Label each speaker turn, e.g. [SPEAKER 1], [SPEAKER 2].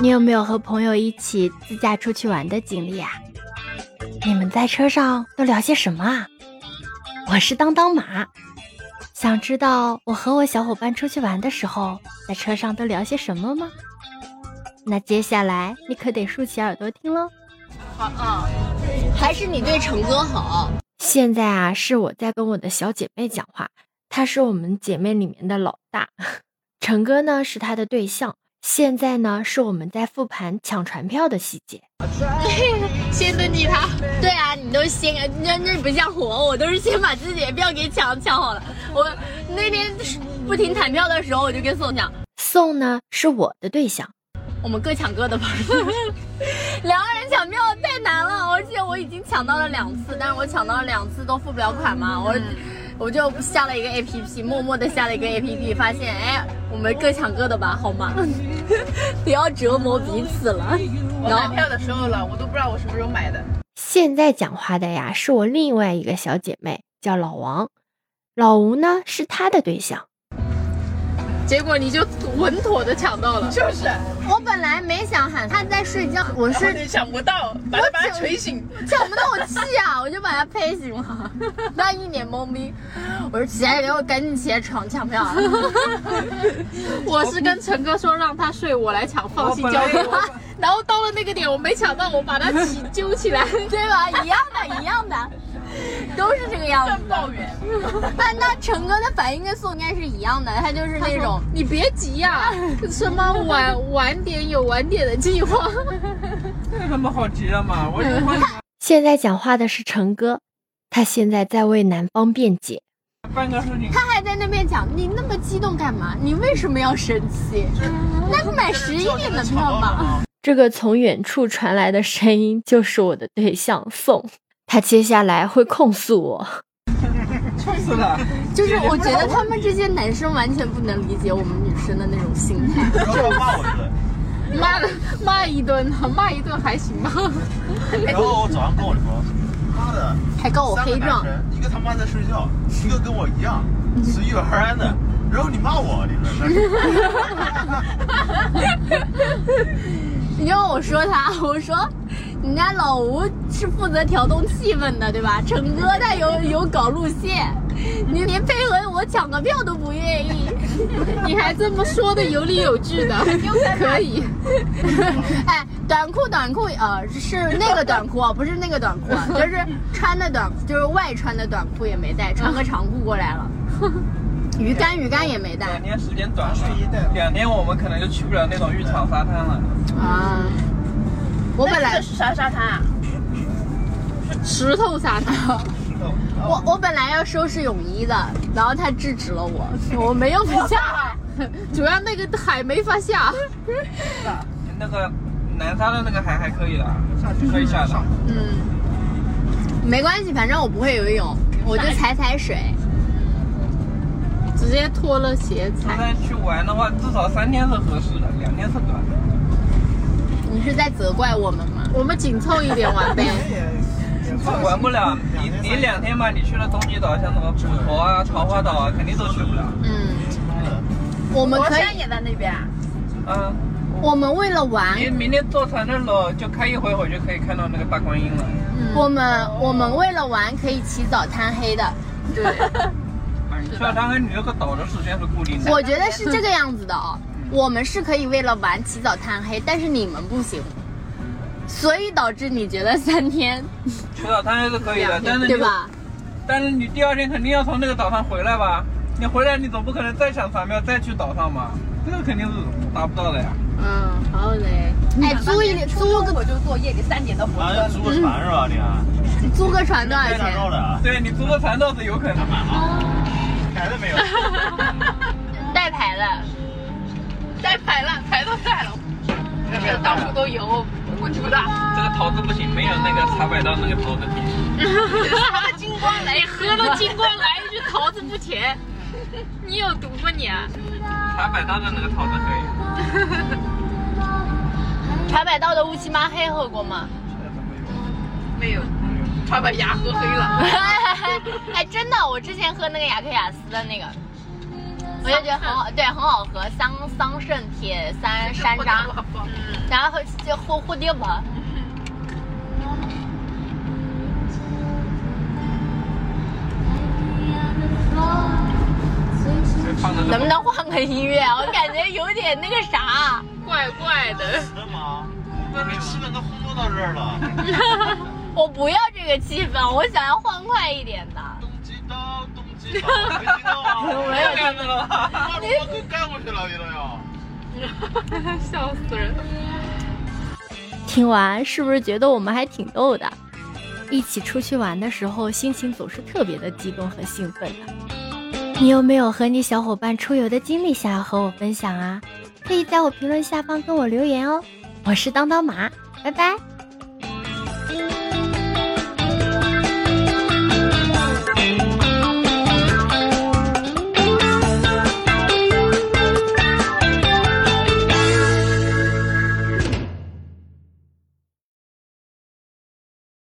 [SPEAKER 1] 你有没有和朋友一起自驾出去玩的经历啊？你们在车上都聊些什么啊？我是当当马，想知道我和我小伙伴出去玩的时候，在车上都聊些什么吗？那接下来你可得竖起耳朵听喽。
[SPEAKER 2] 好啊，还是你对成哥好。
[SPEAKER 1] 现在啊，是我在跟我的小姐妹讲话，她是我们姐妹里面的老大，成哥呢是她的对象。现在呢，是我们在复盘抢船票的细节。
[SPEAKER 2] 先登记他。对啊，你都先那那不像我，我都是先把自己的票给抢抢好了。我那天不停弹票的时候，我就跟宋讲，
[SPEAKER 1] 宋呢是我的对象，
[SPEAKER 2] 我们各抢各的吧。两个人抢票太难了，而且我已经抢到了两次，但是我抢到了两次都付不了款嘛，我。我就下了一个 A P P，默默的下了一个 A P P，发现哎，我们各抢各的吧，好吗？不要折磨彼此了。
[SPEAKER 3] 我买票的时候了，我都不知道我什么时候买的。
[SPEAKER 1] 现在讲话的呀，是我另外一个小姐妹，叫老王。老吴呢是她的对象。
[SPEAKER 3] 结果你就稳妥的抢到了，就是啊
[SPEAKER 2] 我本来没想喊他在睡觉，我是
[SPEAKER 3] 你抢不到，把他把他捶醒，
[SPEAKER 2] 抢不到我气啊，我就把他拍醒了， 他一脸懵逼。我说起来，我赶紧起来抢抢票。啊
[SPEAKER 4] 我是跟陈哥说让他睡，我来抢，放心交给 我。然后到了那个点我没抢到，我把他起揪起 来，
[SPEAKER 2] 对吧？一样的，一样的，都是这个样子。
[SPEAKER 3] 抱怨，
[SPEAKER 2] 但那陈哥的反应跟宋应该是一样的，他就是那种
[SPEAKER 4] 你别急 呀、什么晚晚点有晚点的计划。
[SPEAKER 5] 这他妈好急了嘛！我
[SPEAKER 1] 现在讲话的是陈哥，他现在在为男方辩解。
[SPEAKER 5] 办个事情，
[SPEAKER 2] 他还在那边讲，你那么激动干嘛？你为什么要生气？那买十一点的票吧。
[SPEAKER 1] 这个从远处传来的声音就是我的对象宋，他接下来会控诉我。
[SPEAKER 5] 臭死了！
[SPEAKER 2] 就是我觉得他们这些男生完全不能理解我们女生的那种心态。
[SPEAKER 5] 然后骂我一顿，
[SPEAKER 4] 骂骂一顿，骂一顿还行吧。
[SPEAKER 5] 然后我早上跟我说，妈的，
[SPEAKER 2] 还告我
[SPEAKER 5] 三个
[SPEAKER 2] 黑
[SPEAKER 5] 男
[SPEAKER 2] 状，
[SPEAKER 5] 人，一个他妈在睡觉，一个跟我一样随遇而安的，然后你骂我，你 说？
[SPEAKER 2] 你知道我说他，我说人家老吴是负责调动气氛的，对吧？陈哥他有有搞路线，你连配合我抢个票都不愿意。
[SPEAKER 4] 你还这么说的有理有据的， 可以。
[SPEAKER 2] 哎，短裤短裤呃是那个短裤啊，不是那个短裤啊，就是穿的短，就是外穿的短裤也没带，穿个长裤过来了。鱼竿鱼竿也没带
[SPEAKER 6] 两天时间 短了，两天我们可能就去不了那种浴场沙滩了。
[SPEAKER 2] 啊。我本来
[SPEAKER 3] 这是啥沙滩啊？
[SPEAKER 4] 石头沙滩，
[SPEAKER 2] 我我本来要收拾泳衣的，然后他制止了我，我没有不下。
[SPEAKER 4] 主要那个海没法下。
[SPEAKER 6] 那个南沙的那个海还可以的，可以下的。
[SPEAKER 2] 嗯，没关系，反正我不会游泳，我就踩踩水。
[SPEAKER 4] 直接脱了鞋
[SPEAKER 6] 现
[SPEAKER 4] 踩。
[SPEAKER 6] 在去玩的话，至少三天是合适的，两天是短的。
[SPEAKER 2] 你是在责怪我们吗？
[SPEAKER 4] 我们紧凑一点玩呗。
[SPEAKER 6] 玩不了，你你两天吧，你去了东极岛，像什么普陀啊、桃花岛啊，肯定都去不了。
[SPEAKER 2] 嗯，我们可以，
[SPEAKER 3] 也在那边啊。
[SPEAKER 6] 嗯，
[SPEAKER 2] 我们为了玩，
[SPEAKER 6] 你明天坐船的时候就开一回火就可以看到那个大观音了。
[SPEAKER 3] 嗯
[SPEAKER 2] 我们我们为了玩可以起早贪黑的。
[SPEAKER 4] 对，
[SPEAKER 6] 啊，你去了它跟你那个岛的时间是固定的。
[SPEAKER 2] 我觉得是这个样子的哦，我们是可以为了玩起早贪黑，但是你们不行，所以导致你觉得三天，
[SPEAKER 6] 去到它还是可以的，但是
[SPEAKER 2] 对
[SPEAKER 6] 你
[SPEAKER 2] 吧？
[SPEAKER 6] 但是你第二天肯定要从那个岛上回来吧？你回来你总不可能再想船票再去岛上吧？这个肯定是达不到的呀。
[SPEAKER 4] 嗯，好嘞。
[SPEAKER 2] 哎，租一租个
[SPEAKER 3] 我就坐夜里三点的火车，
[SPEAKER 5] 租啊个船是吧？你啊，
[SPEAKER 2] 租个船多少钱？
[SPEAKER 5] 的啊？
[SPEAKER 6] 对你租个船倒是有可能。
[SPEAKER 5] 来了没有？
[SPEAKER 2] 带牌的，
[SPEAKER 3] 带牌了，牌都带了，到处都有，问题不大。
[SPEAKER 6] 这个桃子不行，没有那个茶百道那个桃子 甜。
[SPEAKER 3] 金光雷喝
[SPEAKER 4] 喝了金光来一句桃子不甜，你有毒吧你、啊？
[SPEAKER 6] 茶百道的那个桃子可以。
[SPEAKER 2] 茶百道的乌漆嘛黑喝过吗？
[SPEAKER 3] 没有？他把牙喝黑了。
[SPEAKER 2] 哎，真的，我之前喝那个雅克雅思的那个，我就觉得很好，对，很好喝，桑桑葚铁三山楂，
[SPEAKER 3] 不不不
[SPEAKER 2] 嗯，然后就互互定吧。
[SPEAKER 6] 谁唱的？
[SPEAKER 2] 能不能换个音乐啊？我感觉有点那个啥。
[SPEAKER 4] 怪怪的。
[SPEAKER 5] 是吗？外面气氛都烘托到这儿 了。
[SPEAKER 2] 我不要这个气氛，我想要欢快一点的。
[SPEAKER 5] 冬季到，冬季到，没听到啊？
[SPEAKER 2] 我
[SPEAKER 6] 这
[SPEAKER 2] 也
[SPEAKER 6] 样子了吧？
[SPEAKER 5] 我我都干过去了，一了要。
[SPEAKER 4] 笑死人了！
[SPEAKER 1] 听完是不是觉得我们还挺逗的？一起出去玩的时候，心情总是特别的激动和兴奋的。你有没有和你小伙伴出游的经历想要和我分享啊？可以在我评论下方跟我留言哦。我是当当马，拜拜。